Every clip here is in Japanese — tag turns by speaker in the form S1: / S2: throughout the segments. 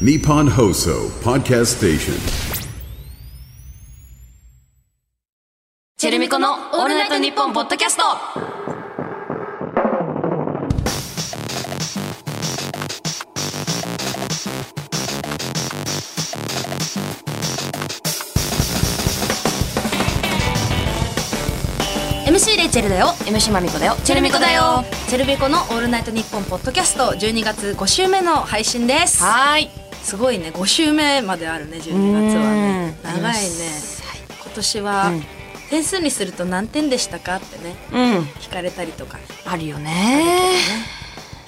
S1: Nippon Hoso Podcast Station.
S2: チェルミコのオールナイトニッポンポッドキャストレイチェルだよ MC まみこだよチェルミコだよ
S3: チェルミコのオールナイトニッポンポッドキャスト12月5週目の配信です
S2: はーい
S3: すごいね5週目まであるね12月はね
S2: うん
S3: 長いね今年は、点数にすると何点でしたかってね
S2: うん
S3: 聞かれたりとか
S2: あるよね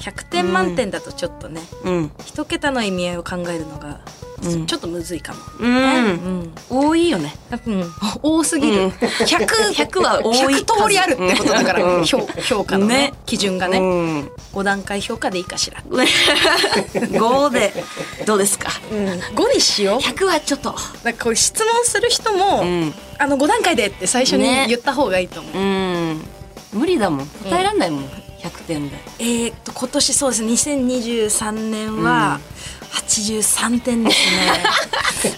S3: 100点満点だとちょっとね、
S2: うん
S3: 一桁の意味合いを考えるのがちょっとむずいかも、
S2: うん
S3: うん
S2: 多いよね
S3: うん多すぎる、
S2: うん
S3: 100 100は多い
S2: 100
S3: 通りあるってことだから、
S2: うん
S3: 評評価のね
S2: ね
S3: 基準が
S2: う
S3: ね、
S2: ん
S3: 五5段階評価でいいかしら
S2: 5でどうですか
S3: 5にしよう
S2: 100はちょっと
S3: なんかこう質問する人も、
S2: ん
S3: あの5段階でって最初に
S2: ね
S3: 言った方がいいと思う、
S2: うん無理だもん答えらんないもん100点 で
S3: えーっと今年そうですね2023年は83点です ね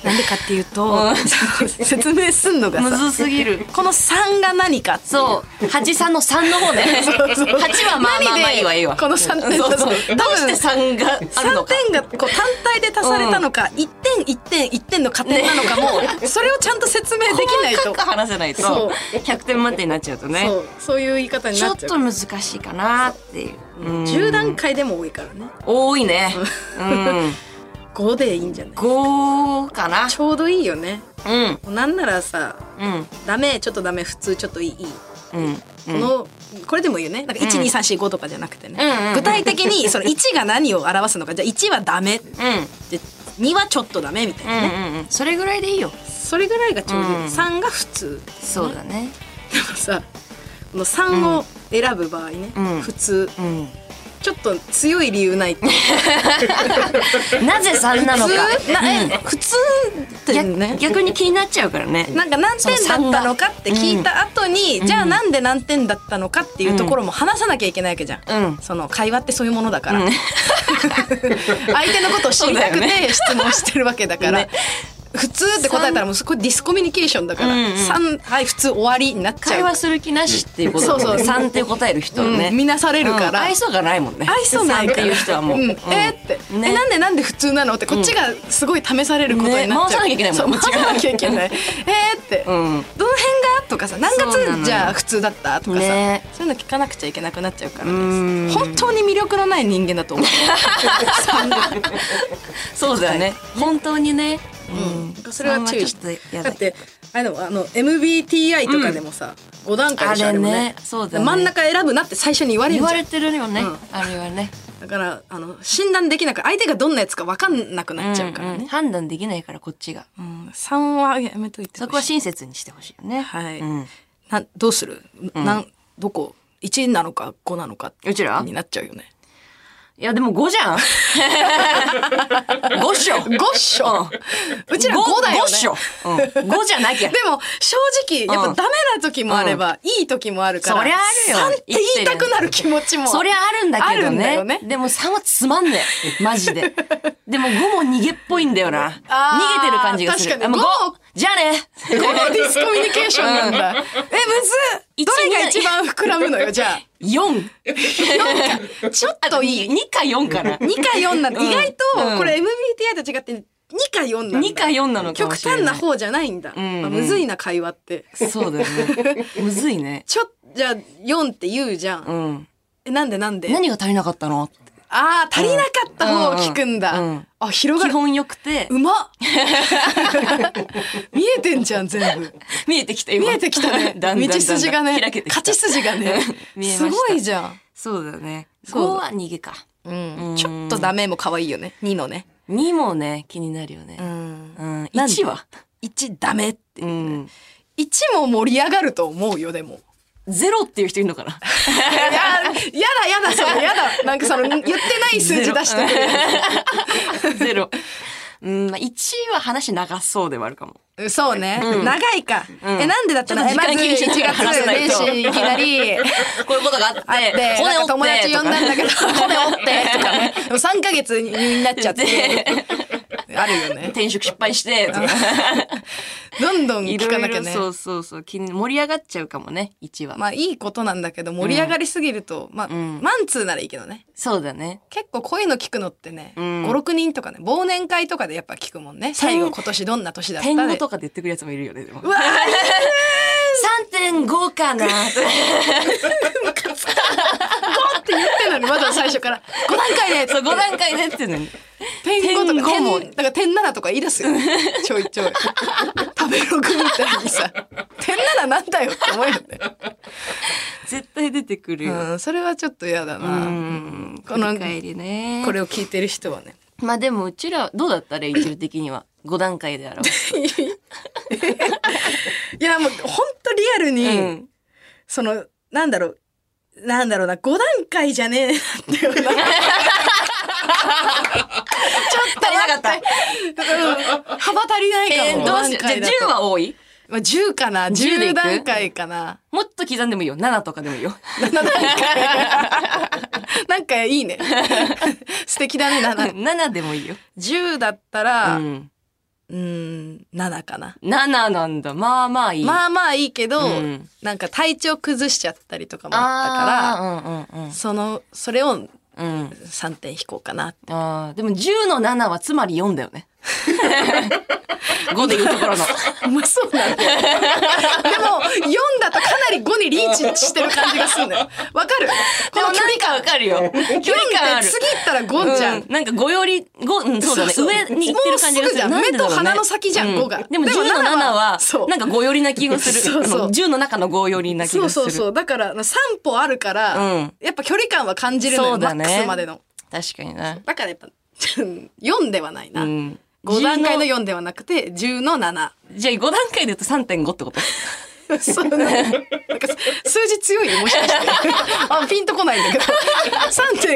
S3: なんでかっていうと、説明すんのが
S2: む
S3: さ
S2: ずすぎる
S3: この3が何かっていう
S2: そう八三の三の方ね八はまあまあまあいいわいいわ
S3: この3点
S2: そうそうどう
S3: 多分
S2: して三があるの
S3: 3
S2: か
S3: 点がこう単体で足されたのか、一1点1点1点の加点なのかも、それをちゃんと説明できない
S2: 細
S3: と
S2: かく話せない
S3: そ
S2: と
S3: う
S2: 100点満点になっちゃうとね
S3: そうそういう言い方に
S2: ちょ
S3: な
S2: っ
S3: っちゃう
S2: と難しいかなっていううん
S3: 10段階でも多いからね
S2: 多 いねうん
S3: 5でいいんじゃない
S2: 5かな
S3: ちょうどいいよね
S2: うん
S3: なんならさ
S2: うん
S3: ダメちょっとダメ普通ちょっといいいい、
S2: うん
S3: このこれでもいいよねなんか12345とかじゃなくてね、
S2: うんうん
S3: 具体的にその1が何を表すのかじゃあ1はダメ
S2: うん
S3: で2はちょっとダメみたいなね、
S2: うんうんうんそれぐらいでいいよ
S3: それぐらいがちょうどいい、
S2: うん
S3: 3が普通
S2: そうだね
S3: でもさこの3を選ぶ場合ね、
S2: うん
S3: 普通
S2: うん
S3: ちょっと強い理由ないって
S2: なぜ三なのか
S3: 普通なえ
S2: うん
S3: 普通ってね
S2: 逆逆に気になっちゃうからね
S3: なんか何点だったのかって聞いた後に、じゃあなんで何点だったのかっていうところも話さなきゃいけないわけじゃん。
S2: うん
S3: その会話ってそういうものだから、
S2: う ん
S3: 相手のことを知りたく
S2: そうだよ
S3: て質問してるわけだから。普通って答えたらもうすごいディスコミュニケーションだから、
S2: うんうん
S3: 三はい普通終わりになっちゃう
S2: 会話する気なしっていうことだもんね
S3: そうそう
S2: 三って答える人はね、
S3: うん見なされるから
S2: うん愛想がないもんね
S3: 愛想ない
S2: 三っ
S3: か
S2: て
S3: ら
S2: いう人はもう、
S3: ん
S2: うん
S3: えーって、
S2: ね
S3: えなんでなんで普通なのってこっちがすごい試されることになっちゃう、
S2: ね回さなきゃいけないもんね
S3: そう回さなきゃいけないえーって、
S2: うん
S3: どの辺がとかさ何
S2: そうなのよ
S3: 月じゃあ普通だったとかさ、
S2: ね
S3: そういうの聞かなくちゃいけなくなっちゃうから、
S2: ん
S3: ね、本当に魅力のない人間だと思う三が
S2: そうだよね本当にね、
S3: うんそれは注意し
S2: 三は
S3: て
S2: ちょっとやだ
S3: だってあのあの MBTI とかでもさ、五5段階でしょ
S2: あれね
S3: も
S2: そうだね
S3: 真ん中選ぶなって最初に言われる
S2: 言
S3: じゃ
S2: わ
S3: ん
S2: れてるよね、
S3: うん
S2: あれはね
S3: だからあの診断できなく相手がどんなやつか分かんなくなっちゃうからね、
S2: うんうん判断できないからこっちが、
S3: 三はやめといてほしい
S2: そこは親切にしてほしいよね
S3: はい
S2: うん、
S3: なんどうする、なんどこ一なのか五なのか
S2: うちら
S3: になっちゃうよね
S2: いやでも5じゃん5っしょ5っしょ、うん、
S3: うちら五だよね
S2: 5っしょ、うん、5じゃなき ゃ
S3: でも正直やっ
S2: うん
S3: ぱダメな時もあれば、いい時もあるから
S2: そりゃあるよ
S3: 三って言いたくなる気持ちも
S2: そりゃあるんだけど
S3: あるんだ
S2: ね
S3: よ ね
S2: でも3はつまんねえマジででも5も逃げっぽいんだよな
S3: あー
S2: 逃げてる感じがする
S3: 確かに
S2: あもう
S3: 5
S2: 5じゃあね
S3: このディスコミュニケーションなんだ、えむずっどれが一番膨らむのよじゃ
S2: 4
S3: あちょっといい
S2: 2か4 かな
S3: 2か4なんだ、
S2: うん
S3: 意外
S2: うん
S3: とこれ MBTI と違って2か4なんだ
S2: 2か4なのかも
S3: 極
S2: しれな
S3: 端
S2: い
S3: な方じゃないんだ、
S2: んうん
S3: まあむずいな会話って
S2: そうだよねむずいね
S3: ちょじゃあ4って言うじゃん、
S2: うん
S3: えなんでなんで
S2: 何が足りなかったのって
S3: ああ足りなかった方を聞くんだ、
S2: うんうん
S3: あ広が
S2: 基
S3: る
S2: 本よくて
S3: うまっ見えてんじゃん全部
S2: 見えてきた今
S3: 見えてきたね
S2: だんだんだんだん
S3: 道筋がね
S2: 開けてきた
S3: 勝ち筋がね
S2: 見えますした
S3: ごいじゃん、
S2: そうだね
S3: そうだ
S2: 5は逃げか
S3: うん、ちょっとダメも可愛いよね2のね、
S2: 2もね気になるよね
S3: うん、
S2: うん
S3: なんで
S2: 1は
S3: 1ダメって
S2: うん
S3: 1も盛り上がると思うよで も
S2: 0っていう人いるのかない
S3: ややだやだそれやだなんかその言ってない数字出して くる
S2: ゼロ。うん、まあ、1位は話長そうではある かも。
S3: そうね、長いか、えなんでだったら
S2: ちょっと時間
S3: えまず
S2: 厳しい
S3: 1
S2: から
S3: 月
S2: 話さない
S3: 年
S2: と
S3: 始いきなり
S2: こういうことがあって、
S3: 会って
S2: 骨
S3: なんか
S2: 折
S3: 友
S2: って
S3: 達呼んだんだけど
S2: とかね
S3: 骨折ってとかねでも3ヶ月になっちゃってあるよね。
S2: 転職失敗して、とか。
S3: どんどん
S2: い
S3: 聞
S2: ろ
S3: か
S2: い
S3: なきゃ
S2: ろ、
S3: ね。
S2: そうそうそう。気に盛り上がっちゃうかもね、1話。
S3: まあいいことなんだけど、盛り上がりすぎると、まあ、
S2: ん
S3: マンツーならいいけどね。
S2: そうだね。
S3: 結構こういうの聞くのってね、
S2: ん
S3: 5、6人とかね、忘年会とかでやっぱ聞くもんね。最後今年どんな年だった
S2: 点
S3: で。
S2: 5とか で言ってくるやつもいるよね、でも。 うわ3.5かな
S3: って言ってんのに、まだ最初から、5段階で
S2: そう、5段階でって言うのに。
S3: 点5とか、点
S2: 点5も
S3: なんか点7とか言い出すよ。ちょいちょい。食べログみたいに さ、点7なんだよって思うよね。
S2: 絶対出てくるよ。
S3: うん、それはちょっと嫌だな。
S2: うん。
S3: この
S2: 振り返りね。
S3: これを聞いてる人はね。
S2: まあでも、うちら、どうだったレイチェル的には。5段階であろう。
S3: いや、もう本当リアルに、
S2: うん。
S3: その、なんだろう、なんだろうな、5段階じゃねえなっ ていうな。
S2: 足りなかった。
S3: うん幅足りない
S2: え
S3: か
S2: ー
S3: も。
S2: どうしよう。じゃ
S3: 5段
S2: あ
S3: 階だと
S2: 10は多い
S3: まあ、10かな、
S2: 10でい
S3: 10
S2: く
S3: 段階かな。
S2: もっと刻んでもいいよ。7とかでもいいよ。
S3: 7段階。なんかいい ね。素敵だね、7。
S2: 7でもいいよ。
S3: 10だった
S2: う
S3: ら、うん、
S2: ん。
S3: 7かな。
S2: 7なんだ。まあまあいい。あ
S3: まあまあいいけど、
S2: うん
S3: なんか体調崩しちゃったりとかもあったか
S2: あー、うんうん
S3: ら、その、それを
S2: うん。うん。
S3: 3点引こうかな。
S2: ああ、でも10の7はつまり4だよね。5で言うとこ ろの。
S3: う まそうなんだよでも、4だとかなり5にリーチしてる感じがするんだよ。わかるこの距離
S2: かわかる よ。距離感
S3: 感。
S2: あ
S3: 4っ
S2: る
S3: て。次行ったら5じゃん
S2: う。ん、なんか5より5、うん、そうだね
S3: そうそう
S2: 上に行ってる感じがす
S3: もうすぐ
S2: る
S3: じゃん
S2: なんでだろう
S3: 目と鼻の先じゃん
S2: う
S3: 5が
S2: でも
S3: でも
S2: 10の7
S3: 7
S2: は
S3: はそう
S2: なんか5よりな気がする
S3: そうそう
S2: うん10の中の5よりな気
S3: そう
S2: がする
S3: そうそう。だから、3歩あるから、
S2: うん
S3: やっぱ距離感は感じるのよ、
S2: そう
S3: マ
S2: だ
S3: ッ
S2: ね
S3: クスまでの。
S2: 確かにな、
S3: だからやっぱ、4ではないな。
S2: うん、
S3: 5段階の
S2: 10
S3: 4ではなくて、10の7。
S2: じゃあ5段階で言うと3.5っ てこと
S3: そうなんなんか数字強いよもしかして。 あ、ピンとこないんだけど。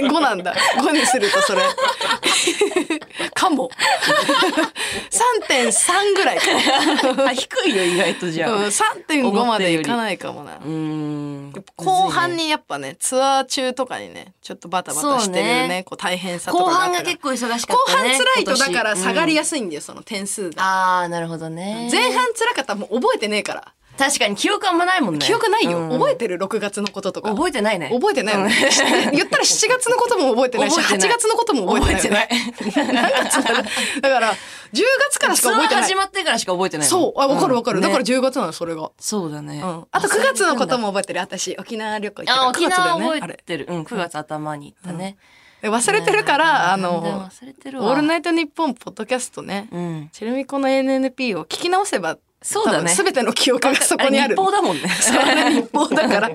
S3: 3.5なんだ。5にするとそれ。かも。3.3ぐらいか。
S2: あ低いよ意外とじゃ
S3: う
S2: あ
S3: ん、3.5までいかないかもな。
S2: うん
S3: やっぱ後半にやっぱね、ツアー中とかにね、ちょっとバタバタしてる
S2: そ
S3: ね、
S2: うね
S3: こう大変さとか
S2: 後
S3: があ
S2: 半
S3: った
S2: が
S3: から
S2: 結構忙しか
S3: 後
S2: った
S3: 半
S2: ね
S3: 辛いとだから下がり
S2: や
S3: やすいんだよ、その点数が。
S2: ああなるほどね
S3: 前半辛かったらもう覚えてねえから。
S2: 確かに記憶あんまないもんね
S3: 記憶ないよ。
S2: うん
S3: 覚えてる ?6 月のこととか。
S2: 覚えてないね
S3: 覚えてないよね。 言ったら7月のことも覚えてないし、
S2: 覚え
S3: 8
S2: てない
S3: 月のことも覚
S2: 覚
S3: え
S2: え
S3: て
S2: て
S3: な。
S2: ないい
S3: 何月だだから、10月からし
S2: ツ
S3: か
S2: アー
S3: 覚えてない
S2: 始。まってからしか覚えてないもん
S3: そう。あ、わかるわかる。
S2: うん
S3: だから
S2: ね
S3: 10月なの、それが。
S2: そうだね
S3: うん。あと9月のことも覚えてる。私、沖縄旅行行って
S2: あ
S3: た。
S2: 沖
S3: 9月だ
S2: 縄
S3: よね。あ
S2: 覚え
S3: れ。
S2: てるうん9月頭に行ったね
S3: で忘れてるから、あ
S2: 全然
S3: の、
S2: 忘れてるわ
S3: オールナイトニッポンポッドキャストね。
S2: うん
S3: チェルミコの NNP を聞き直せば、
S2: そうだね
S3: すべての記憶がそこにある。
S2: 日報だ もんね
S3: そうあれ日報だ から。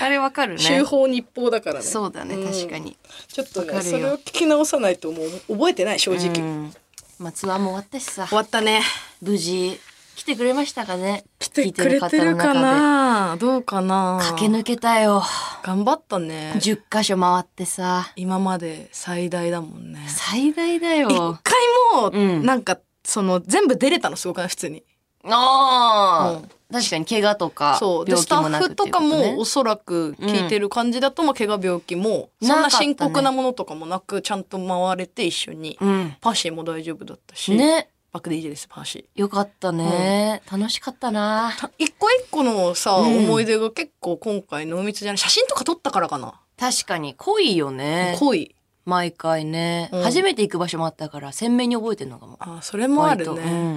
S2: あれわかるね
S3: 週報日報だからね。
S2: そうだね
S3: ん
S2: 確かに
S3: ちょっと
S2: わか
S3: ね、
S2: るよ
S3: それを聞き直さないともう覚えてない、正直。
S2: うんまあツアーも終わったしさ
S3: 終わったね。
S2: 無事来てくれましたかね
S3: 来てくれてるかなどうかな
S2: 駆け抜けたよ
S3: 頑張ったね。
S2: 10箇所回ってさ
S3: 今まで最大だもんね。
S2: 最大だ
S3: 一
S2: よ
S3: 回も、
S2: うん
S3: なんか、その、全部出れたのすごくない普通に。
S2: あ
S3: う
S2: あ確かに怪我とか
S3: そう。で、
S2: 病
S3: ス
S2: 気
S3: タ
S2: もな
S3: ッ
S2: くって
S3: フ
S2: いうことね
S3: かも、おそらく聞いてる感じだと、まあ、怪我病気も、そんな
S2: なかったね
S3: 深刻なものとかもなく、ちゃんと回れて一緒に。
S2: うん
S3: パーシーも大丈夫だったし。
S2: ね
S3: バック DJ です、パーシー。
S2: よかったね楽しかったな
S3: た一個一個のさ、
S2: うん
S3: 思い出が結構今回濃密じゃない写真とか撮ったからかな
S2: 確かに濃いよね
S3: 濃い
S2: 毎回ね、
S3: うん
S2: 初めて行く場所もあったから鮮明に覚えてるのかも
S3: あそれもある
S2: 割
S3: ね、
S2: とうんうんう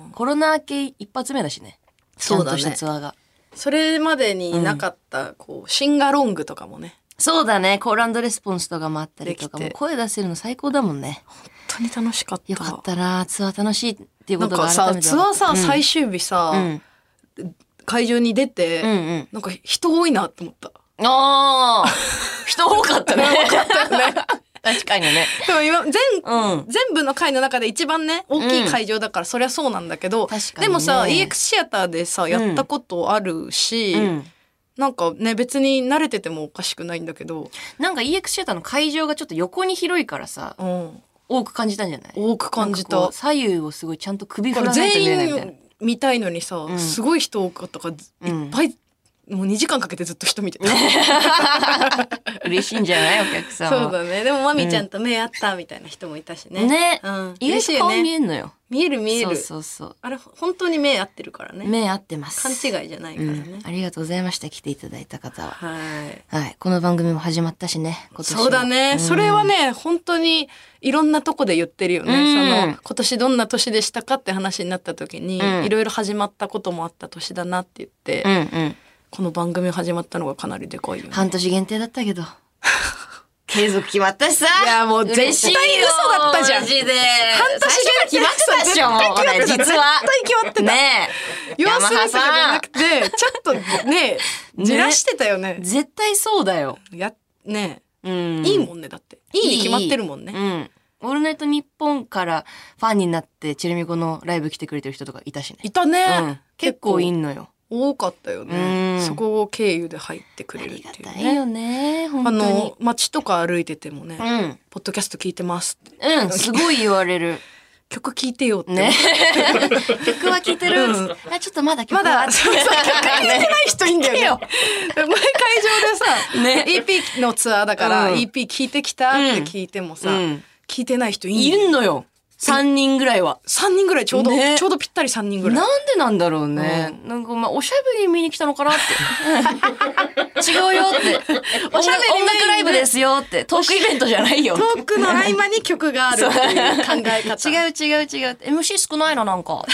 S2: ん
S3: うん
S2: コロナ明け一発目だしね
S3: そうだね
S2: ちゃんとしたツアーが
S3: それまでになかった、こうシンガロングとかもね
S2: そうだねコールレスポンスとかもあったりとか
S3: でき
S2: もう
S3: て
S2: 声出せるの最高だもんね
S3: 本当に楽しかった
S2: よかったなツアー楽しいっていう
S3: な
S2: こ
S3: ん
S2: と
S3: か
S2: が改
S3: さ
S2: めて
S3: ツアーさ、
S2: うん
S3: 最終日さ、
S2: うん
S3: 会場に出て、
S2: うんうん
S3: なんか人多いなって思った
S2: あ ー人多かったね 確かにね
S3: でも今全
S2: うん
S3: 全部の回の中で一番ね大きい会場だから、そりゃそうなんだけど
S2: 確かにね
S3: でもさ EX シアターでさやったことあるし、
S2: うん
S3: なんかね別に慣れててもおかしくないんだけど、
S2: なんか EX シアターの会場がちょっと横に広いからさ
S3: うん、
S2: 多く感じたんじゃない
S3: 多く感じ
S2: なんかこ
S3: た
S2: う左右をすごいちゃんと首振
S3: これ
S2: らないと見れないみたいな
S3: 全員見たいのにさ、
S2: ん
S3: すごい人多かったから、
S2: うん
S3: いっぱいもう2時間かけてずっと人見て た。
S2: 嬉しいんじゃないお客さんは
S3: そうだね。でも、まみちゃんと目合ったみたいな人もいたしね。
S2: ね、
S3: うん。
S2: 意
S3: 嬉
S2: 外
S3: しい
S2: と
S3: よ
S2: 顔見
S3: ね。
S2: えんのよ
S3: 見える見え
S2: そう
S3: る。
S2: そうそ
S3: あれ、本当に目合ってるから
S2: う
S3: ね。
S2: 目合ってます
S3: 勘違いじゃないから
S2: うん
S3: ね、。
S2: ありがとうございました来ていただいた方は
S3: はい。
S2: はいこの番組も始まったしね今年も
S3: そうだね、それはね本当にいろんなとこで言ってるよね、
S2: うん
S3: その今年どんな年でしたかって話になった時に、
S2: うん
S3: いろいろ始まったこともあった年だなって言って、
S2: うんうん
S3: この番組始まったのがかなりでかいよね
S2: 半年限定だ ったけど継続決まったしさ
S3: いやもう絶対
S2: 嬉しいよ
S3: 嘘だったじゃん
S2: マジで
S3: 半年
S2: 最初から決まってたでしょもうこれ
S3: 絶対決まってた
S2: 実は
S3: 絶対決まってた
S2: ねえ
S3: 様子見とかじゃ
S2: 山
S3: な
S2: 田
S3: くてちょっと ねじらしてたよね
S2: さん絶対そうだよ
S3: やね、
S2: うん
S3: いいもんねだっていいに決まってるもんね
S2: うんオールナイトニッポンからファンになってチェルミコのライブ来てくれてる人とかいたしね
S3: いたね、
S2: うん、結構いい
S3: 結
S2: のよ
S3: 構多かったよね、
S2: うん
S3: そこを経由で入ってく
S2: あ
S3: れるっ
S2: りが
S3: ていう
S2: たい
S3: ね
S2: よね本
S3: あ
S2: 当に
S3: の街とか歩いててもね、
S2: うん
S3: ポッドキャスト聞いてますって
S2: うん、すごい言われる。
S3: 曲聞いてよって、
S2: ね。 曲は聴いてる、
S3: うん
S2: あ、ちょっとまだ曲
S3: ま
S2: は。
S3: だそうそう 曲聞いてない人いいんだよね
S2: よ
S3: 前会場
S2: ね
S3: でさ、EP のツアーだから、
S2: うん
S3: EP 聞いてきたって聞いてもさ、
S2: うん
S3: 聞いてない人い
S2: い
S3: いんだよ
S2: るのよ。3人ぐらいは。
S3: 3人ぐらいちょうど、
S2: ね
S3: ちょうどぴったり3人ぐらい
S2: なんでなんだろうね。なんかまあ、おしゃべり見に来たのかなって。 違うよって。おしゃべり音楽ライブですよって。トークイベントじゃないよ。
S3: トークの合間に曲があるっていう考え 方
S2: 違う違う違う。MC 少ないのなん か。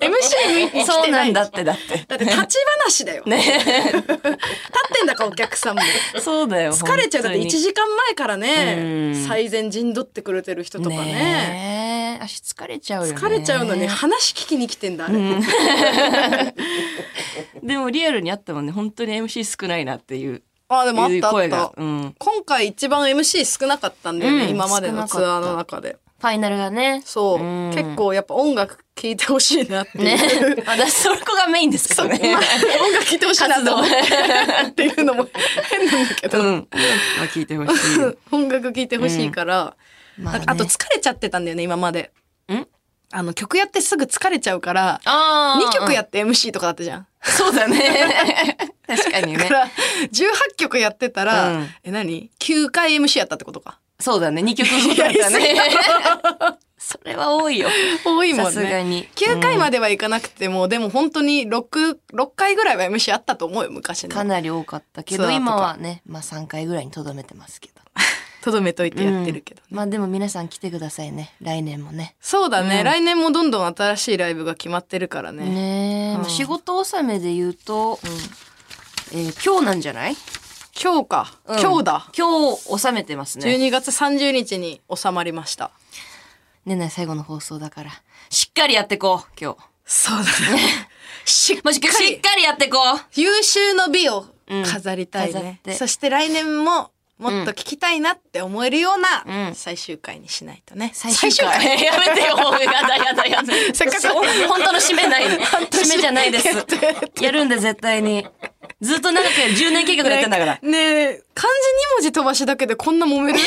S3: MC 見に来てない
S2: そうなんだって、だって。
S3: だって立ち話 だよ、
S2: ね。
S3: 立ってんだからお客さんも
S2: そうだよ。
S3: 疲れちゃうだって1
S2: 時
S3: 時間前からね
S2: うん
S3: 最善陣取ってくれてる人とかね
S2: ねえ。足疲れちゃうよね。
S3: 疲れちゃうのに話聞きに来てんだあれ、
S2: でもリアルにあったもんね本当に MC 少ないなっていう
S3: あでもあっ
S2: いう
S3: たあ
S2: 声
S3: っ
S2: が
S3: た、
S2: うん
S3: 今回一番 MC 少なかったんだよね、
S2: うん
S3: 今までのツアーの中で
S2: ファイナルがね
S3: そう、
S2: うん
S3: 結構やっぱ音楽聴いてほしいなっていう、
S2: ね私そこがメインですからね
S3: 音楽聴いてほしいなと思ってっていうのも変なんだけ
S2: う
S3: ど、
S2: んまあ聞いてほしいよ
S3: 音楽聴いてほしいから、
S2: ま
S3: あ
S2: ね
S3: あと疲れちゃってたんだよね今まで
S2: ん
S3: あの曲やってすぐ疲れちゃうから
S2: あ
S3: 2曲や
S2: っ
S3: って MC とかだったじゃん
S2: そうだ ね確かに
S3: だ
S2: ね
S3: から18曲やってたら、
S2: うん
S3: え何9回 MC やったってことか
S2: そうだね2曲分だったね それは多いよ
S3: 多いもんね
S2: さすがに
S3: 9回まではいかなくても、でも本当に 6, 6回ぐらいは MC あったと思うよ昔
S2: か
S3: の
S2: なり多かったけ
S3: ツア
S2: ど
S3: ーとか
S2: 今はねまあ3回ぐらいにとどめてますけど
S3: とどめといてやってるけど、
S2: うんまあでも皆さん来てくださいね来年もね
S3: そうだね、来年もどんどん新しいライブが決まってるからね
S2: ねえ、まあ仕事納めで言うと、えー今日なんじゃない、
S3: 今日か、
S2: うん
S3: 今日だ
S2: 今日納めてますね
S3: 12月30日に収まりました
S2: 年内最後の放送だからしっかりやってこう今日
S3: そうだねしっか
S2: もしくはしっ
S3: り
S2: かりやってこう
S3: 優秀の美を飾りたい
S2: うん飾っ
S3: ね、
S2: て
S3: そして来年ももっと聞きたいなって思えるよう
S2: う
S3: なん最終回にしないとね、
S2: 最終回 やめてよやだやだや だ
S3: せっかく
S2: そう 本当の締めない締めじゃないです
S3: やって
S2: やるんで絶対にずっと長くやる10年計画でやってんだ から、
S3: ねえ、漢字2文字飛ばしだけでこんな 揉める年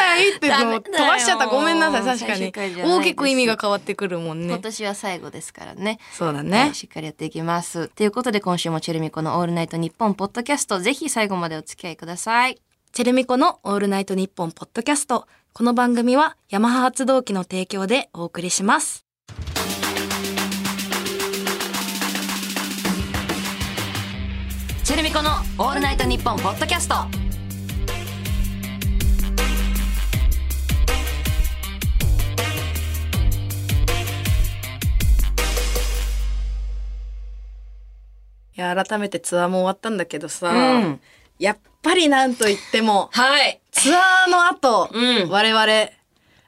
S3: 内って
S2: ダ
S3: も
S2: メ
S3: う
S2: だよ
S3: 飛ばしちゃったごめんなさい確か
S2: 最終
S3: に
S2: 回じゃないです
S3: 大きく意味が変わってくるもん
S2: 今
S3: ね
S2: 年は最後ですからね
S3: そうだ
S2: は
S3: ね
S2: いしっかりやっていきます。ということで今週もチェルミコのオールナイトニッポンポッドキャストぜひ最後までお付き合いください。
S3: チェルミコのオールナイトニッポンポッドキャストこの番組はヤマハ発動機の提供でお送りします
S2: チェルミコのオールナイトニッポンポッドキャスト。
S3: いや改めてツアーも終わったんだけどさ、
S2: うん
S3: やっぱりなんといっても
S2: はい。
S3: ツアーの後、
S2: うん
S3: 我々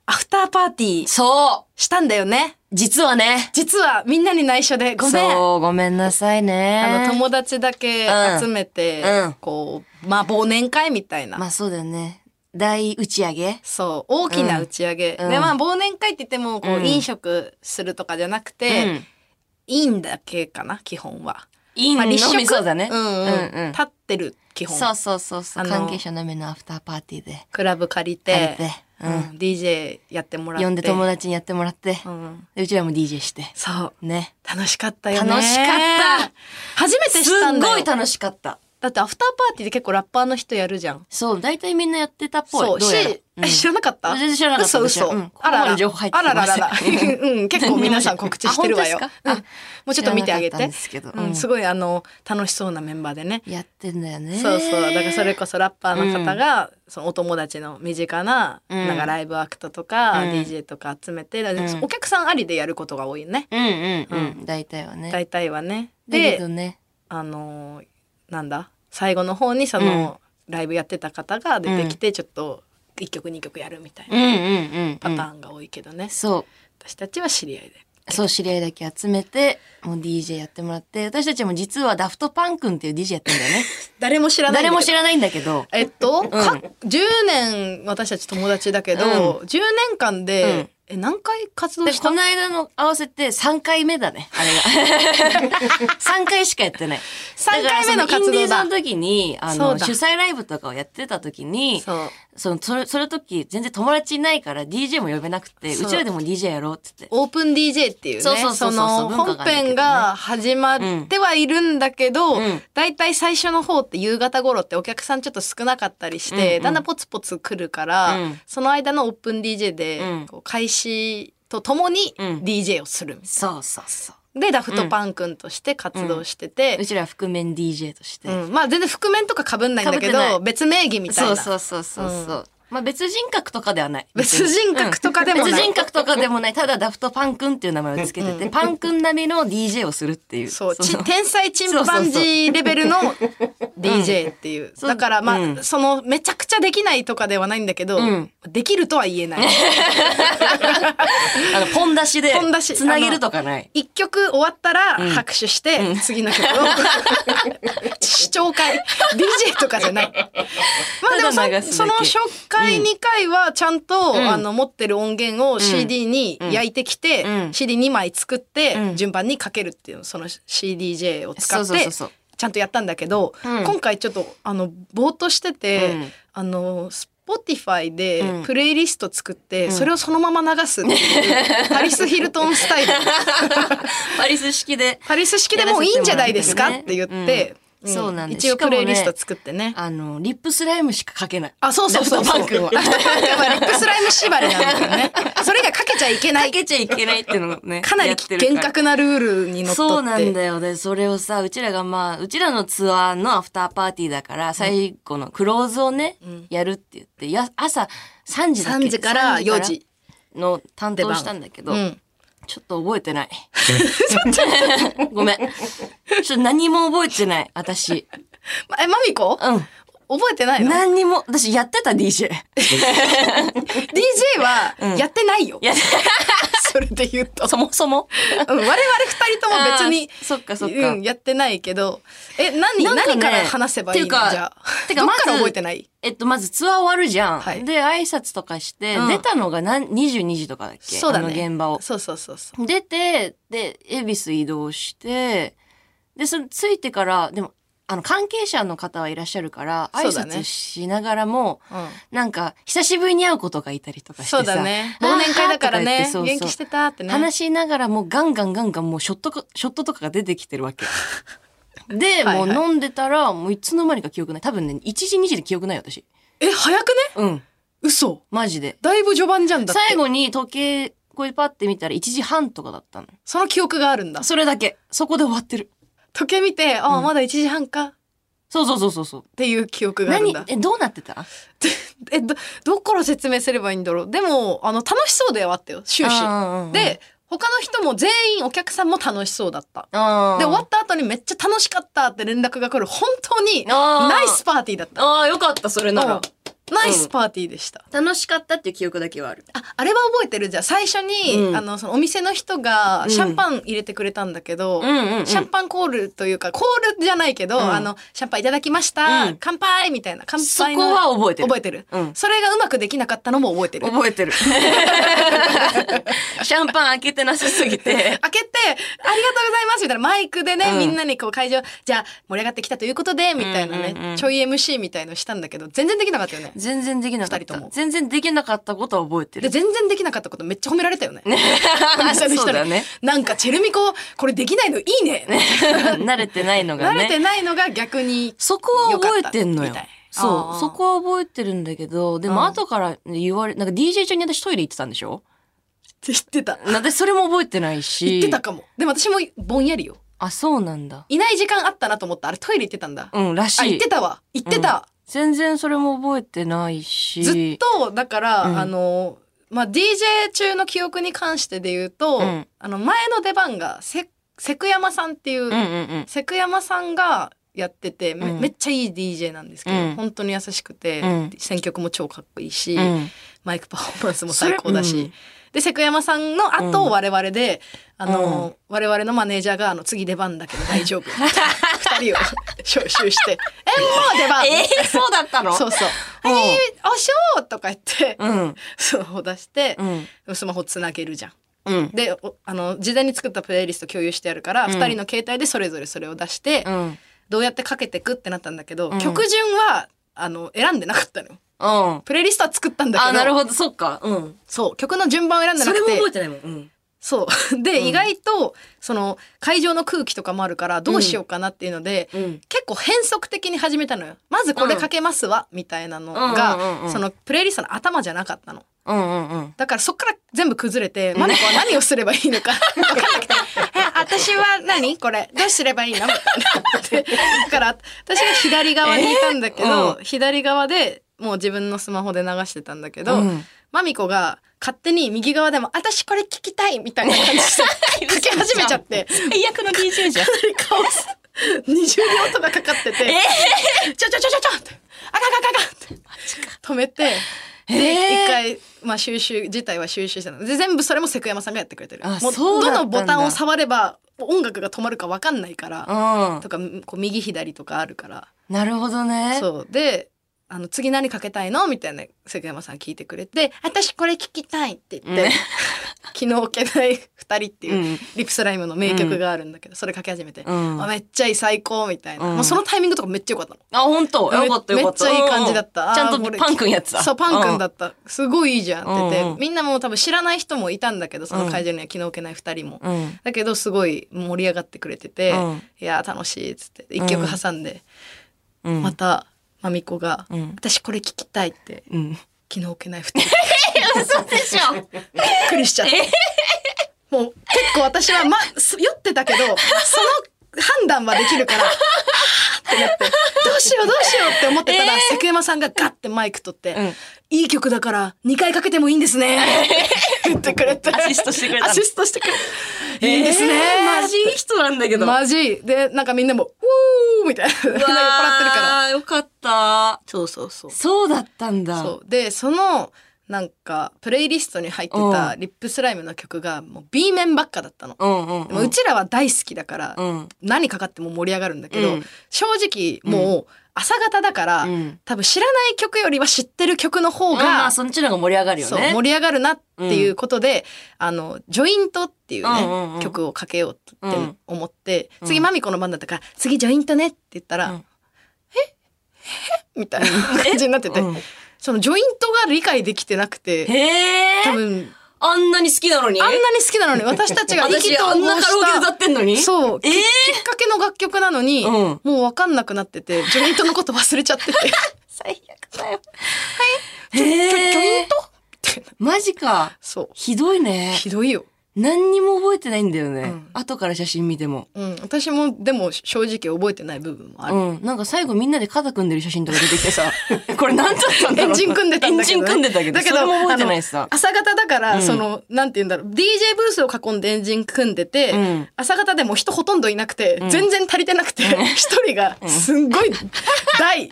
S3: アフターパーティー
S2: そう。
S3: したんだよね
S2: 実はね。
S3: 実はみんなに内緒でごめん
S2: そう、ごめんなさいね。
S3: あの友達だけ
S2: うん
S3: 集めて、
S2: うん
S3: こうまあ忘年会みたいな、
S2: まあそうだよね。大打ち上げ
S3: そう大きな打ち上げ、
S2: うん
S3: で
S2: うん
S3: まあ忘年会って言ってもこう、
S2: うん
S3: 飲食するとかじゃなくて、
S2: うん
S3: いいんだけかな基本は。
S2: いい
S3: まあ、立食
S2: そうだね。
S3: うんうん
S2: うん
S3: 立ってる基本
S2: そうそうそうそう。
S3: あの
S2: 関係者のみのアフターパーティーで。
S3: クラブ借り
S2: 借り
S3: て
S2: て
S3: うん、DJ やってもらって
S2: 呼んで友達にやってもらって、
S3: うん、
S2: でうちらも DJ して
S3: そう
S2: ね
S3: 楽しかったよね
S2: 楽しかった
S3: 初め
S2: す
S3: てしたん
S2: っ
S3: だよ
S2: ごい楽しかった
S3: だってアフターパーティーで結構ラッパーの人やるじゃん
S2: そう大体みんなやってたっぽい
S3: そう
S2: どうやら
S3: し、
S2: うん
S3: え知らなかった
S2: 全然知らなかった
S3: 嘘
S2: 私は
S3: 嘘、
S2: うんここ
S3: あら
S2: ま
S3: ら
S2: で情報入って
S3: あ
S2: き
S3: ら
S2: ま
S3: ら
S2: せ
S3: ら
S2: ん
S3: らうん結構皆さん告知してるわよ
S2: あ本当
S3: あ
S2: ですか
S3: もうちょっと見てあげ
S2: 知らな
S3: て
S2: かったんですけど
S3: うん
S2: うん
S3: すごいあの楽しそうなメンバーでね
S2: やってんだよね
S3: そうそうだからそれこそラッパーの方が、そのお友達の身近な,、
S2: うん
S3: なんかライブアクタとか、
S2: うん
S3: DJ とか集めて、だから
S2: うん
S3: お客さんありでやることが多いね、
S2: うんうんうん大体はね
S3: 大体はね。
S2: だけど
S3: で
S2: ね
S3: あのーなんだ最後の方にその、ライブやってた方が出てきてちょっと1曲2曲やるみたい
S2: うん
S3: な
S2: うんうん
S3: パタ
S2: ン
S3: ーンが多いけどね、
S2: そう
S3: 私たちは知り合いで。
S2: そう知り合いだけ集めてもう DJ やってもらって私たちも実はダフトパン君っていう DJ やってんだよね
S3: 誰も知らないんだけ
S2: 誰
S3: ど
S2: も知らないんだけど
S3: えっと、か10年私たち友達だけど、10年間で、え何回活動
S2: で
S3: した
S2: この間の合わせて3回目だね あれが3回しかやってない
S3: 3回目の活動だ
S2: からそインディーズの時にあ
S3: そう
S2: の
S3: だ
S2: 主催ライブとかをやってた時に
S3: そう
S2: そのそれその時全然友達いないから DJ も呼べなくて
S3: そう
S2: うちらでも DJ やろうって言って
S3: オープン DJ っていうね
S2: そうそうそうそう
S3: の
S2: 文
S3: 本
S2: 化があるんだけどね
S3: 編が始まってはいるんだけど、
S2: んうん
S3: だいたい最初の方って夕方頃ってお客さんちょっと少なかったりして、
S2: うんうん
S3: だんだんポツポツ来るから、
S2: うん
S3: その間のオープン DJ
S2: う
S3: で
S2: ん
S3: こう開始とともに
S2: うん
S3: DJ をするみたい
S2: そうそうそう
S3: なでダフトパン君として活動してて、
S2: うちら覆面 DJ として、
S3: うんまあ全然覆面とか被んないんだけ
S2: 被ってな
S3: ど
S2: い
S3: 別名義みたい
S2: そ
S3: な
S2: うそうそうそうそう、まあ別人格とかではない
S3: 別人格とかでもない
S2: 別人格とかでもないただダフトパン君っていう名前をつけてて、パン君並みの DJ をするっていう
S3: そう
S2: そ
S3: ち
S2: の
S3: 天才チンパンジーレベルの DJ っていう、
S2: そう
S3: だからまあ、
S2: うん
S3: そのめちゃくちゃできないとかではないんだけど、
S2: ん
S3: できるとは言えない
S2: あのポン出しで
S3: ポン出し
S2: つなげるとかない
S3: 一曲終わったら拍手して、次の 曲を視聴会 DJ とかじゃ ないまあでも
S2: ただ流
S3: そ
S2: す
S3: そ
S2: だ
S3: の
S2: け
S3: 初回2回はちゃんと、あの持ってる音源を CD に焼いてきて、
S2: うん
S3: CD2 枚作って、
S2: うん
S3: 順番にかけるっていうのその CDJ を使
S2: そう
S3: っ
S2: そう
S3: て
S2: そうそう
S3: ちゃんとやったんだけど、
S2: うん
S3: 今回ちょっとあのぼーっとしてて、
S2: うん
S3: あの Spotify で
S2: うん
S3: プレイリスト作って、それをそのまま流すっていう、 ハリス・ヒルトンスタイル
S2: パリス式で
S3: ハリス式でもういいんじゃないですか
S2: やら
S3: っ
S2: せ
S3: て
S2: て
S3: 言っ
S2: もらってね
S3: て、
S2: うんそうなんです
S3: 一応
S2: し
S3: プ
S2: かもね
S3: レイリスト作ってね。
S2: あのリップスライムしか書けない
S3: あ、そうそうそうそう。
S2: ダフトパンクは
S3: ダフトパンクはリップスライム縛りなんだよ ね。それ以外かけちゃいけな
S2: 書
S3: い。
S2: けちゃいけないっていうのをね
S3: かなり
S2: やってるから
S3: 厳格なルールにのっとって。
S2: そうなんだよね。それをさ、うちらがまあ、うちらのツアーのアフターパーティーだから、最後のクローズをね、やるって言って、や朝3時だっけ
S3: 3時から4時
S2: の担当したんだけど、
S3: うん
S2: ちょっと覚えて ない。ごめん。ちょっと何も覚えてない、私。
S3: まえ、マミコ
S2: うん。
S3: 覚えてないの
S2: 何にも、私やってた DJ。
S3: ?DJ はやってないよ。
S2: や
S3: それで言うと。
S2: そもそも。
S3: うん我々二人とも別に
S2: あーそっかそっか
S3: うん、やってないけどえ何
S2: なんかね
S3: 何から話せばいいのじ
S2: ていうか
S3: ゃあ
S2: てか
S3: どっ
S2: まず
S3: から覚えてない
S2: えっと、まずツアー終わるじゃん。
S3: はい
S2: で、挨拶とかして、
S3: うん
S2: 出たのが何22時とかだっけ
S3: そうだね
S2: あの現場を。
S3: そうそうそうそう
S2: 出て、で、恵比寿移動して、で、その、着いてから、でも、あの、関係者の方はいらっしゃるから、挨
S3: そうだね
S2: 拶しながらも、
S3: うん
S2: なんか、久しぶりに会うことがいたりとかしてさ。
S3: そうだね
S2: あー
S3: 忘年会だからね
S2: とか言って
S3: 元気してたってね
S2: 話しながらもうガンガンガンガンもうショットか、ショットとかが出てきてる わけ。で、
S3: はい
S2: も
S3: はいう
S2: 飲んでたら、もういつの間にか記憶ない。多分ね、1時2時で記憶ない私。
S3: え早くね
S2: うん。
S3: 嘘
S2: マジで。
S3: だいぶ序盤じゃんだって
S2: 最後に時計、こうパって見たら1時半とかだったの。
S3: その記憶があるんだ
S2: それだけ。そこで終わってる。
S3: 時計見てああまだ1時半かっ
S2: そうそうそうそうそう。
S3: ていう記憶があるん
S2: 何
S3: だ
S2: えどうなってた
S3: えどどこから説明すればいいんだろうでもあの楽しそうではあったよ終始で他の人も全員お客さんも楽しそうだった
S2: で終
S3: で終わった後にめっちゃ楽しかったって連絡が来る本当に
S2: あー
S3: ナイスパーティーだった
S2: ああよかったそれなら
S3: うんナイスパーティーでした、
S2: 楽しかったっていう記憶だけはある
S3: ああれは覚えてるじゃあ最初に、
S2: うん
S3: あのそのお店の人がシャンパン入れてくれたんだけど、
S2: うんうんうん
S3: シャンパンコールというかコールじゃないけど、あのシャンパンいただきました、
S2: うん
S3: 乾杯みたいな乾
S2: そ
S3: 杯の
S2: こは覚えてる
S3: 覚えてる、
S2: うん
S3: それがうまくできなかったのも覚えてる
S2: 覚えてる シャンパン開けてなさすぎて
S3: 開けて、ありがとうございますみたいな、マイクでね、
S2: うん
S3: みんなにこう会場、じゃあ盛り上がってきたということで、みたいなね、
S2: うんうんうん
S3: ちょい MC みたいのしたんだけど、全然できなかったよね。
S2: 全然できなかっ
S3: 二人と
S2: た
S3: も
S2: 全然できなかったことは覚えて
S3: で
S2: る
S3: 全然できなかったことめっちゃ褒められたよね。お店の人に
S2: そうだね
S3: なんかチェルミコこれできないのいいね。
S2: 慣れてないのが
S3: 慣
S2: ね
S3: れてないのが逆に
S2: そこは覚えてんのよ
S3: 良かったみたい
S2: そ
S3: あー
S2: うそこは覚えてるんだけどで
S3: うん
S2: も後から言われなんか DJ 中に私トイレ行ってたんでしょ
S3: って言ってた。
S2: 私それも覚えてない
S3: 言
S2: し
S3: ってたかも。でも私もぼんやりよ。
S2: あそうなんだ
S3: いない時間あったなと思った。あれトイレ行ってたんだ。
S2: うんらし
S3: あ、行っ
S2: い
S3: てたわ。行ってた。
S2: 全然それも覚えてないし
S3: ずっと、だから、
S2: うん
S3: あの、まあ、DJ 中の記憶に関してで言うと、
S2: うん
S3: あの、前の出番が、せ、セクヤマさんっていう、
S2: うんうんうん
S3: セクヤマさんがやっててめ,、
S2: うん
S3: めっちゃいい DJ なんですけど、
S2: うん
S3: 本当に優しくて、
S2: うん
S3: 選曲も超かっこいいし、
S2: うん
S3: マイクパフォーマンスも最高だ
S2: そ
S3: し、
S2: れうん
S3: でセクヤマさんの後、
S2: うん
S3: 我々であの、我々のマネージャーがあの次出番だけど大 丈夫二人を招集して「えもう出番!
S2: えー、そうだったの
S3: そうそう「えー、おしょう!」とか言って、
S2: うん
S3: スマホ出して
S2: う、ん
S3: スマホつなげるじゃん。
S2: うん
S3: でおあの事前に作ったプレイリスト共有してやるから、
S2: ん
S3: 二人の携帯でそれぞれそれを出して、
S2: うんうん
S3: どうやってかけてくってなったんだけど、
S2: うん
S3: 曲順はあの選んでなかったのよ
S2: あ
S3: プレイリストは作ったんだけど
S2: なるほどそっかうん
S3: そう曲の順番を選んでな
S2: それ
S3: く
S2: も
S3: て
S2: 覚えてないもんうん
S3: そう で、意外とその会場の空気とかもあるからどうしようかなっていうので、
S2: うん
S3: 結構変則的に始めたのよまずこれかけますわ、みたいなのが、
S2: うんうんうんうん
S3: そのプレイリストの頭じゃなかったの
S2: うんうんうん
S3: だからそっから全部崩れてマミコは何をすればいいのか 分かんなくて「え私は何これどうすればいいの?」みたいなでだから私が左側にいたんだけど、
S2: えー
S3: 左側でもう自分のスマホで流してたんだけど、
S2: うん
S3: マミコが勝手に右側でも「私これ聞きたい」みたいな感じで かけ始めちゃって
S2: 最悪の DJ じゃん
S3: カオス20秒とかかかってて「ちょちょちょちょちょ」って「あかんあかんあかん」って止めて。
S2: え
S3: で
S2: ー
S3: 一回、まあ、収集自体は収集してたので全部それもセクヤマさんがやってくれてる
S2: あ
S3: も
S2: そうだった
S3: どの
S2: んだ
S3: ボタンを触れば音楽が止まるか分かんないから、
S2: う
S3: とかこう右左とかあるから
S2: んなるほどね
S3: そうであの次何かけたいのみたいなセクヤマさん聞いてくれて「私これ聞きたい」って言って、
S2: うん
S3: 昨日置けない二人っていう、
S2: うん
S3: リプスライムの名曲があるんだけど、それかけ始めて、
S2: うん
S3: あめっちゃいい最高みたいな、
S2: うん
S3: もうそのタイミングとかめっちゃ良かったの。
S2: あ、本当。よかったよかった。
S3: めっちゃいい感じだった。
S2: うんちゃん
S3: あー
S2: と
S3: これ
S2: パン君やつだ。
S3: そう、パン君だ
S2: っ
S3: った。すごいいいじゃんって言って、
S2: うんうん
S3: みんなもう多分知らない人もいたんだけど、その会場には気の置けない二人も。
S2: た。うん。
S3: だけど、すごい盛り上がってくれてて、
S2: うん
S3: いやー、楽しいっつって、一曲挟んで、
S2: うん。
S3: また、まみこが、
S2: うん
S3: 私これ聞きたいって、
S2: うん。
S3: 気の置けない二人、びっ
S2: 嘘でしょ。
S3: くりしちゃって。もう、結構私は、ま、す酔ってたけど、その判断はできるから、あーってなって、どうしようどうしようって思ってたら、セクヤマさんがガッてマイク取って、
S2: うん
S3: いい曲だから2回かけてもいいんです ね。って言ってくれて。
S2: アシストしてくれたの
S3: アシストしてくれいいですね。
S2: マジいい人なんだけど。
S3: マジ。で、なんかみんなも、ウーみたいな。みんな酔っ
S2: うわ
S3: 払ってるから。
S2: ーよかった。
S3: そうそうそう。
S2: そうだったんだ。
S3: そう。で、その、なんか、プレイリストに入ってた
S2: う
S3: リップスライムの曲が、もう B 面ばっかだったの。
S2: うんうん
S3: でもうちらは大好きだから、
S2: うん。
S3: 何かかっても盛り上がるんだけど、
S2: うん
S3: 正直もう朝方だから、
S2: うん
S3: 多分知らない曲よりは知ってる曲の方
S2: まあま
S3: が
S2: あ、そっちの方が盛り上がるよ
S3: そう
S2: ね。
S3: 盛り上がるなっていうことで、あのジョイントっていうね、
S2: うんうんうん
S3: 曲をかけようって
S2: うん
S3: 思って、
S2: うん
S3: 次マミコの番だったから「次ジョイントね」って言ったら「
S2: うん
S3: ええみたいな感じになってて、
S2: うん
S3: そのジョイントが理解できてなくて
S2: へ
S3: 多
S2: え。
S3: 分
S2: あんなに好きなのに。
S3: あんなに好きなの に私たちが
S2: 私
S3: 投合
S2: あんなカラオケで歌ってんのに。
S3: そう、き
S2: えー
S3: きっかけの楽曲なのに、
S2: うん
S3: もう分かんなくなっててジョイントのこと忘れちゃってて
S2: 最悪だよ。
S3: ジョイ
S2: へ え
S3: ン。トって
S2: マジか。
S3: そう
S2: ひどいね。
S3: ひどいよ
S2: 何にも覚えてないんだよね、
S3: うん
S2: 後から写真見ても、
S3: うん、私もでも正直覚えてない部分もある。
S2: うん、なんか最後みんなで肩組んでる写真とか出てきてさ これ何だったんだ
S3: エ
S2: ろう
S3: ンジン組んでたんだけど、
S2: エンジン組んでたけどそれも覚えてないし
S3: あ
S2: さ
S3: の朝方だから、
S2: うん
S3: その、なんて言うんだろう、DJ ブースを囲んでエンジン組んでて、
S2: うん
S3: 朝方でも人ほとんどいなくて、
S2: ん
S3: 全然足りてなくて、一、人が、すんごい、 大、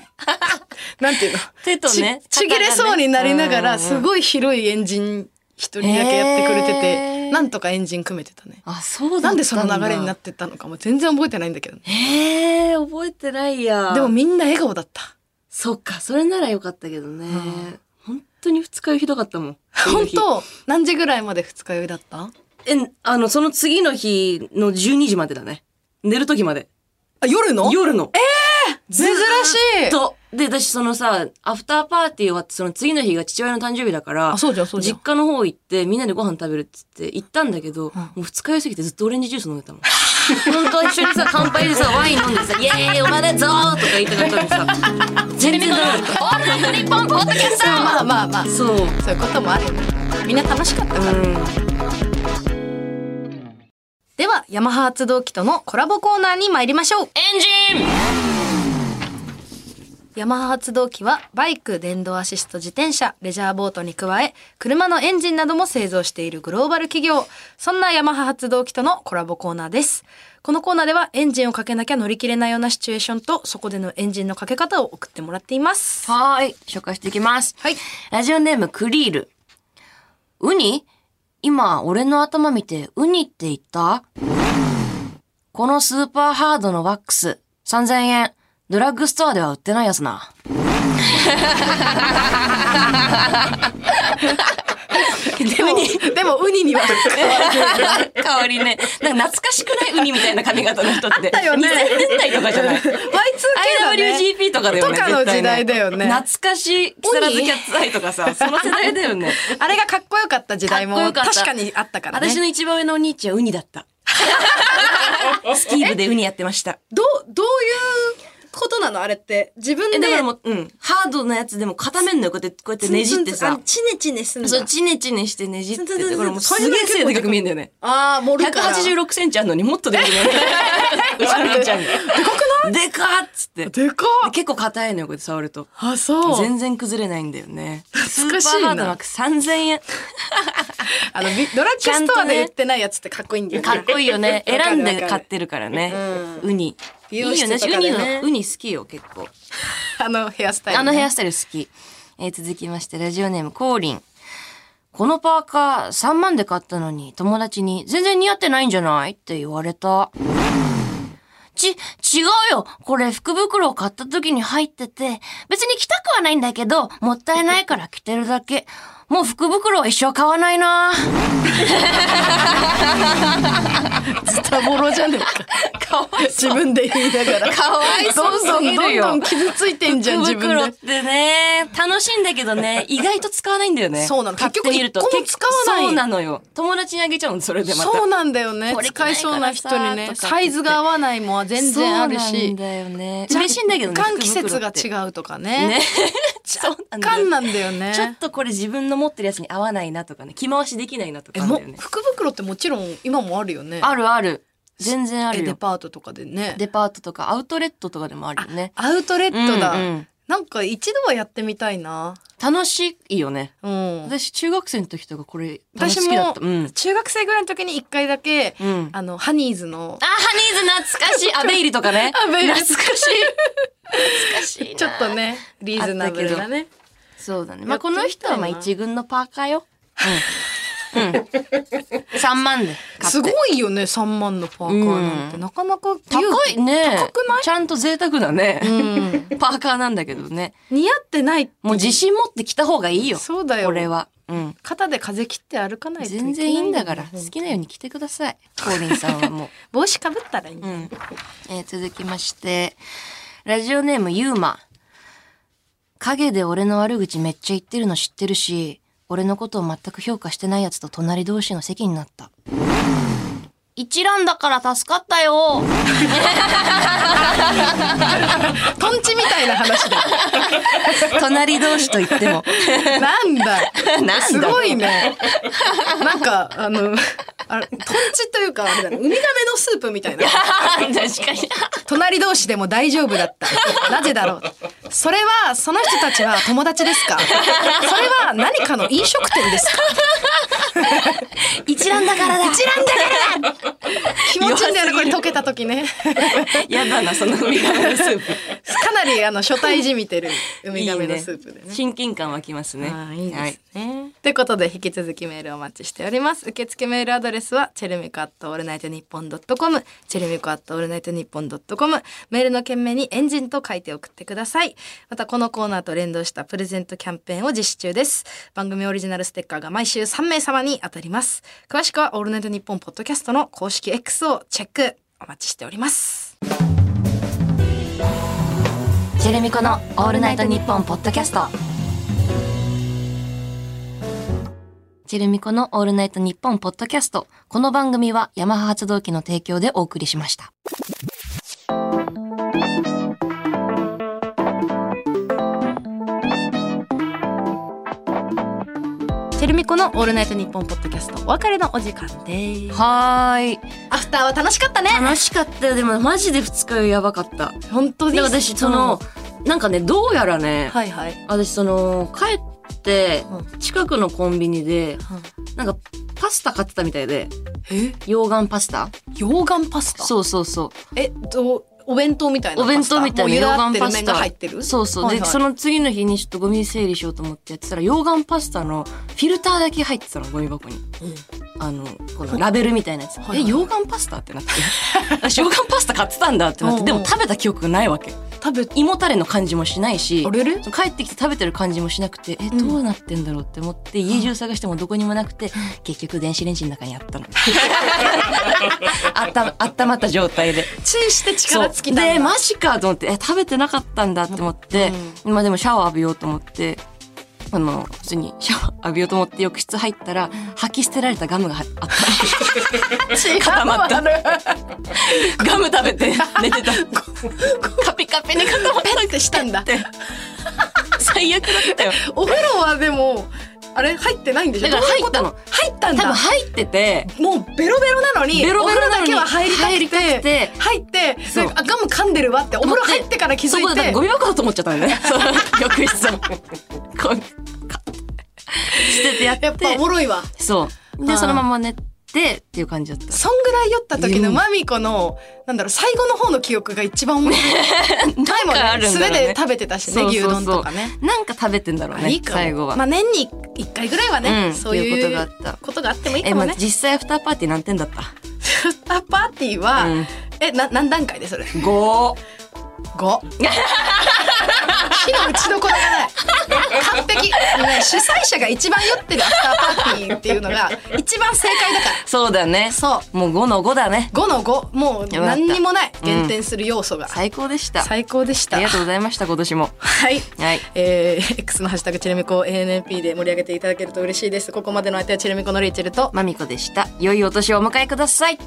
S3: なんていうの、
S2: 手とね
S3: ち、ちぎれそうになりながら、
S2: うんうん
S3: すごい広いエンジン一人だけやってくれてて、
S2: へー
S3: なんとかエンジン組めてたね。
S2: あそうだった
S3: なんでその流れになっててったのかも全然覚えてないんだけどね。
S2: えー、覚えてないや
S3: でもみんな笑顔だった。
S2: そっかそれならよかったけどね、
S3: ん
S2: 本当に二日酔いひどかったもんその
S3: 本
S2: 日
S3: 当何時ぐらいまで二日酔いだった
S2: えあのその次の日の12時までだね寝る時まで
S3: あ夜の
S2: 夜の
S3: 珍しい
S2: ずーっとで、私そのさ、アフターパーティー終わって、その次の日が父親の誕生日だから、
S3: あそうじゃんそうじゃん
S2: 実家の方行って、みんなでご飯食べるっつって行ったんだけど、もう二日酔いすぎてずっとオレンジジュース飲んでたもん。本当は一緒にさ、乾杯でさ、ワイン飲んでさ、イエーイおめでとうとか言ってたのにさ、全然ダメだった。
S4: オールナイトニッポンポッドキャスト
S3: まあまあまあそ
S2: そう。
S3: ういうこともあるみんな楽しかったから、ではヤマハ発動機とのコラボコーナーに参りましょう
S2: エンジン
S3: ヤマハ発動機はバイク、電動アシスト自転車、レジャーボートに加え、車のエンジンなども製造しているグローバル企業。そんなヤマハ発動機とのコラボコーナーです。このコーナーではエンジンをかけなきゃ乗り切れないようなシチュエーションと、そこでのエンジンのかけ方を送ってもらってい ます。
S2: はーい。紹介していきます。
S3: はい。
S2: ラジオネーム、クリール。ウニ今、俺の頭見て、ウニって言ったこのスーパーハードのワックス、3000円。ドラッグストアでは売ってないやつな。
S3: でも、でもウニ には。
S2: 代わりね。なんか懐かしくないウニみたいな髪型の人って。あった
S3: よね
S2: 2000年代とかじゃ ない
S3: Y2K だね。
S2: IWGP とかだよね。
S3: とかの
S2: 絶対
S3: 時代だよね
S2: 懐かしい、木更津キャッツアイとかさ、その世代だよ ね。
S3: あれがかっこよかった時代も
S2: かっこよかった
S3: 確かにあったからね。
S2: 私の一番上のお兄ちゃんウニ だった。スキー部でウニやってました。
S3: どう、どういうことなのあれって。自分
S2: え、だからもう、うん。ハードなやつでも固めんのよ。こうやって、こうやってねじって
S4: あ
S2: さ
S4: の。チネチネすんだ
S2: そう、チネチネしてねじって
S3: ツンツンツ
S2: て。
S3: ン
S2: これもうすげえ背でかく見えんだよね。
S3: ああ、盛るから。
S2: 186センチあるのにもっとでかく見 える。うちの兄ちゃんが。でかくないでかっつって。
S3: でか
S2: で結構硬いのよ、こうやって触ると。
S3: あ、そう。
S2: 全然崩れないんだよね。スー
S3: 懐かしいな
S2: パーハードマック3000円。
S3: あの、ビドラッグストアで売ってないやつってかっこいいんだよね。
S2: かっこいいよね。
S3: わかる
S2: 選んで
S3: わか
S2: 買っ
S3: る
S2: てるからね。ウニ。い
S3: 美
S2: いよ
S3: 容室
S2: ね。
S3: と
S2: ウ
S3: かで
S2: ニ
S3: ね
S2: の、ウニ好きよ、結構。
S3: あのヘアスタイル、
S2: あのヘアスタイル好き。えー続きまして、ラジオネーム、コーリン。このパーカー3万で買ったのに友達に全然似合ってないんじゃないって言われた。ち、違うよこれ福袋を買った時に入ってて、別に着たくはないんだけど、もったいないから着てるだけ。もう福袋は一生買わないな
S3: スタボロじゃねえか。
S2: かわい
S3: 自分で言いながら。
S2: かわいそうす
S3: どんど
S2: ぎ
S3: んど
S2: る
S3: ん
S2: よ
S3: どん傷ついてんじゃん、
S2: 福
S3: 自
S2: 袋っ
S3: 分で。
S2: てね、楽しいんだけどね、意外と使わないんだよね。
S3: そうなの
S2: 買ってみると
S3: 結局一個も
S2: 結
S3: 使わない
S2: そうなのよ。友達にあげちゃうの、それでまた。
S3: そうなんだよね
S2: こ。れ着
S3: 使
S2: ないから
S3: え
S2: さ
S3: そうな人に
S2: とか
S3: ね。
S2: って
S3: サイズが合わないもんは全然ある
S2: そうなん
S3: し。
S2: だよね。嬉しいんだけどね。
S3: 若干季節が
S2: う。
S3: 違うとかね。
S2: ね。 そう
S3: 若
S2: なんだよ
S3: 干なんだよね。
S2: ちょっとこれ自分の持ってるやつに合わないなとかね、着回しできないなと
S3: え
S2: かあるん
S3: も
S2: だよね。
S3: 福袋ってもちろん今もあるよね。
S2: あるある。全然あ
S3: え
S2: る
S3: デ
S2: よ。
S3: パートとかでね。
S2: デパートとかアウトレットとかでもあるよね。
S3: アウトレットだ、
S2: うんうん
S3: なんか一度はやってみたいな。
S2: 楽しいよね。
S3: うん。
S2: 私中学生の時とかこれ楽し
S3: 私
S2: きだっ
S3: も
S2: た。うん。
S3: 中学生ぐらいの時に一回だけ、
S2: うん
S3: あのハニーズの
S2: あ、ハニーズ懐かし い。アベイリとかね。
S3: アベイリ
S2: 懐かしい。懐かしい な。
S3: ちょっと。ねリーズナブルなね
S2: そうだね。ま
S3: や
S2: あ、
S3: って
S2: こ
S3: みたいな
S2: の人はまあ一軍のパーカーよ。 うん。うん。3万で買って。
S3: すごいよね3万のパーカーなんて、なかなか
S2: 高いね。
S3: 高くない
S2: ちゃんと贅沢だね。
S3: ん
S2: パーカーなんだけどね。
S3: 似合ってないって
S2: もう自信持って着た方がいいよ。
S3: そうだよ
S2: これは。うん。
S3: 肩で風切って歩かないといけない
S2: 全然いいんだから。好きなように着てくだ さい。コーリンさんはもう。
S3: 帽子かぶったらいい、
S2: うんえー続きまして、ラジオネームユーマ。影で俺の悪口めっちゃ言ってるの知ってるし、俺のことを全く評価してない奴と隣同士の席になった。 一覧だから助かったよ。
S3: トンチみたいな話 だよ
S2: 隣同士と言っても。
S3: なんだ
S2: なんだ
S3: すごいねなんかあのあれトンチというかあれだねウミガメのスープみたいな
S2: 確かに。
S3: 隣同士でも大丈夫だった。なぜだろう。それは、その人たちは友達ですかそれは何かの飲食店です か
S2: 一覧だからだ。一覧だ
S3: 気持ちいいんだよね、これ溶けた時ね。
S2: やだな、そのウミガメのスープ。
S3: かなり、あの、初対じみてるウミガメのスープで
S2: いい
S3: ね。
S2: 親近感湧きますね。
S3: ああいいです
S2: は
S3: ね。ということで引き続きメールをお待ちしております。受付メールアドレスはチェルミコアットオールナイトニッポンドットコム、チェルミコアットオールナイトニッポンドットコム、メールの件名にエンジンと書いて送ってください。またこのコーナーと連動したプレゼントキャンペーンを実施中です。番組オリジナルステッカーが毎週3名様に当たります。詳しくはオールナイトニッポンポッドキャストの公式 X をチェックお待ちしております。
S2: ジェレミコのオールナイトニッポンポッドキャストジェレミコのオールナイトニッポンポッドキャストこの番組はヤマハ発動機の提供でお送りしました
S5: チェルミコのオールナイトニッポンポッドキャストお別れのお時間です。
S2: はーい
S3: アフターは楽しかったね
S2: 楽しかったよでもマジで二日酔いやばかった
S3: 本当に
S2: で私そのなんかねどうやらね、
S5: はいはい。
S2: 私その帰って
S5: う
S2: 近くのコンビニでなんかパスタ買ってたみたいで
S3: え
S2: 溶岩パスタ
S3: 溶岩パスタ
S2: そうそうそう
S3: えどお弁当みたいな
S2: お弁当みたい
S3: パスタもうゆだ
S2: な溶岩パ
S3: ってる
S2: ス
S3: 麺が
S2: タ
S3: 入ってる
S2: そうそう、
S3: はい
S2: で
S3: はい
S2: その次の日にちょっとゴミ整理しようと思ってやってたら溶岩パスタのフィルターだけ入ってたのゴミ箱に、あのこのラベルみたいなやつ、
S3: はいはい
S2: え溶岩パスタってなって私溶岩パスタ買ってたんだってなって
S3: うん
S2: でも食べた記憶がないわけ
S3: 食べ
S2: 芋タレの感じもしないし
S3: あれれ
S2: 帰ってきて食べてる感じもしなくてえ
S3: ん
S2: どうなってんだろうって思って家中探してもどこにもなくて結局電子レンジの中にあったの あったあったまった状態で
S3: チンして力尽きたんだ
S2: でマジかと思ってえ食べてなかったんだって思って、今でもシャワー浴びようと思ってあの普通にシャワー浴びようと思って浴室入ったら吐き捨てられたガムがあった固まった ガム食べて寝てた カピカピに固まっ
S3: ペッてしたんだ
S2: た最悪だったよ
S3: お風呂はでもあれ入ってないんでしょ
S2: だから
S3: どういうこと
S2: 入っ
S3: 入った
S2: 多
S3: ん
S2: 分
S3: だ
S2: 入ってて
S3: もうベロベロなのに
S2: ベロベロなのに
S3: お風呂だけは入りたくて
S2: 入りたくて
S3: 入って
S2: そう
S3: なんかあガム噛んでるわってお風呂入ってから気づ
S2: そ
S3: い
S2: こでだから
S3: て
S2: ゴミ箱だと思っちゃったんだ よねその浴室をこう捨ててやって
S3: やっぱおもろいわ
S2: そう。で、
S3: あー
S2: そのまま寝てっていう感じだった。
S3: そんぐらい酔った時
S2: う
S3: の
S2: ん
S3: マミコの、なんだろう、最後の方の記憶が一番面白い。前も
S2: なんかあ
S3: ね、
S2: るん
S3: 素
S2: だろ
S3: 手
S2: う
S3: で
S2: ね
S3: 食べてたしね、
S2: そうそう
S3: 牛
S2: そう
S3: 丼とかね。
S2: なんか食べてんだろう
S3: あ
S2: ね
S3: い、いかも
S2: 最後は。
S3: まあ年に一回ぐらいはね、
S2: うん
S3: そうい
S2: っていう
S3: う
S2: ことがあった
S3: ことがあってもいいか
S2: え、
S3: も
S2: まあ
S3: ね。
S2: 実際アフターパーティー何点だった
S3: アフターパーティーは、
S2: うん
S3: え、な、何段階でそれ
S2: ?5。
S3: ?5。火の打ちどころがない。完璧。ね、主催者が一番酔ってるアフターパーティーっていうのが、一番正解だから。
S2: そうだね。。
S3: そう
S2: もう5の5だね。
S3: 5の5、もう
S2: よかった
S3: 何にもない。減点する要素が。
S2: 最高でした。
S3: 最高でした。
S2: ありがとうございました、今年も。
S3: はい。
S2: はい
S3: えー X のハッシュタグチェルミコ ANP で盛り上げていただけると嬉しいです。ここまでの相手はチェルミコのレイチェルと、
S2: まみこでした。良いお年をお迎えください。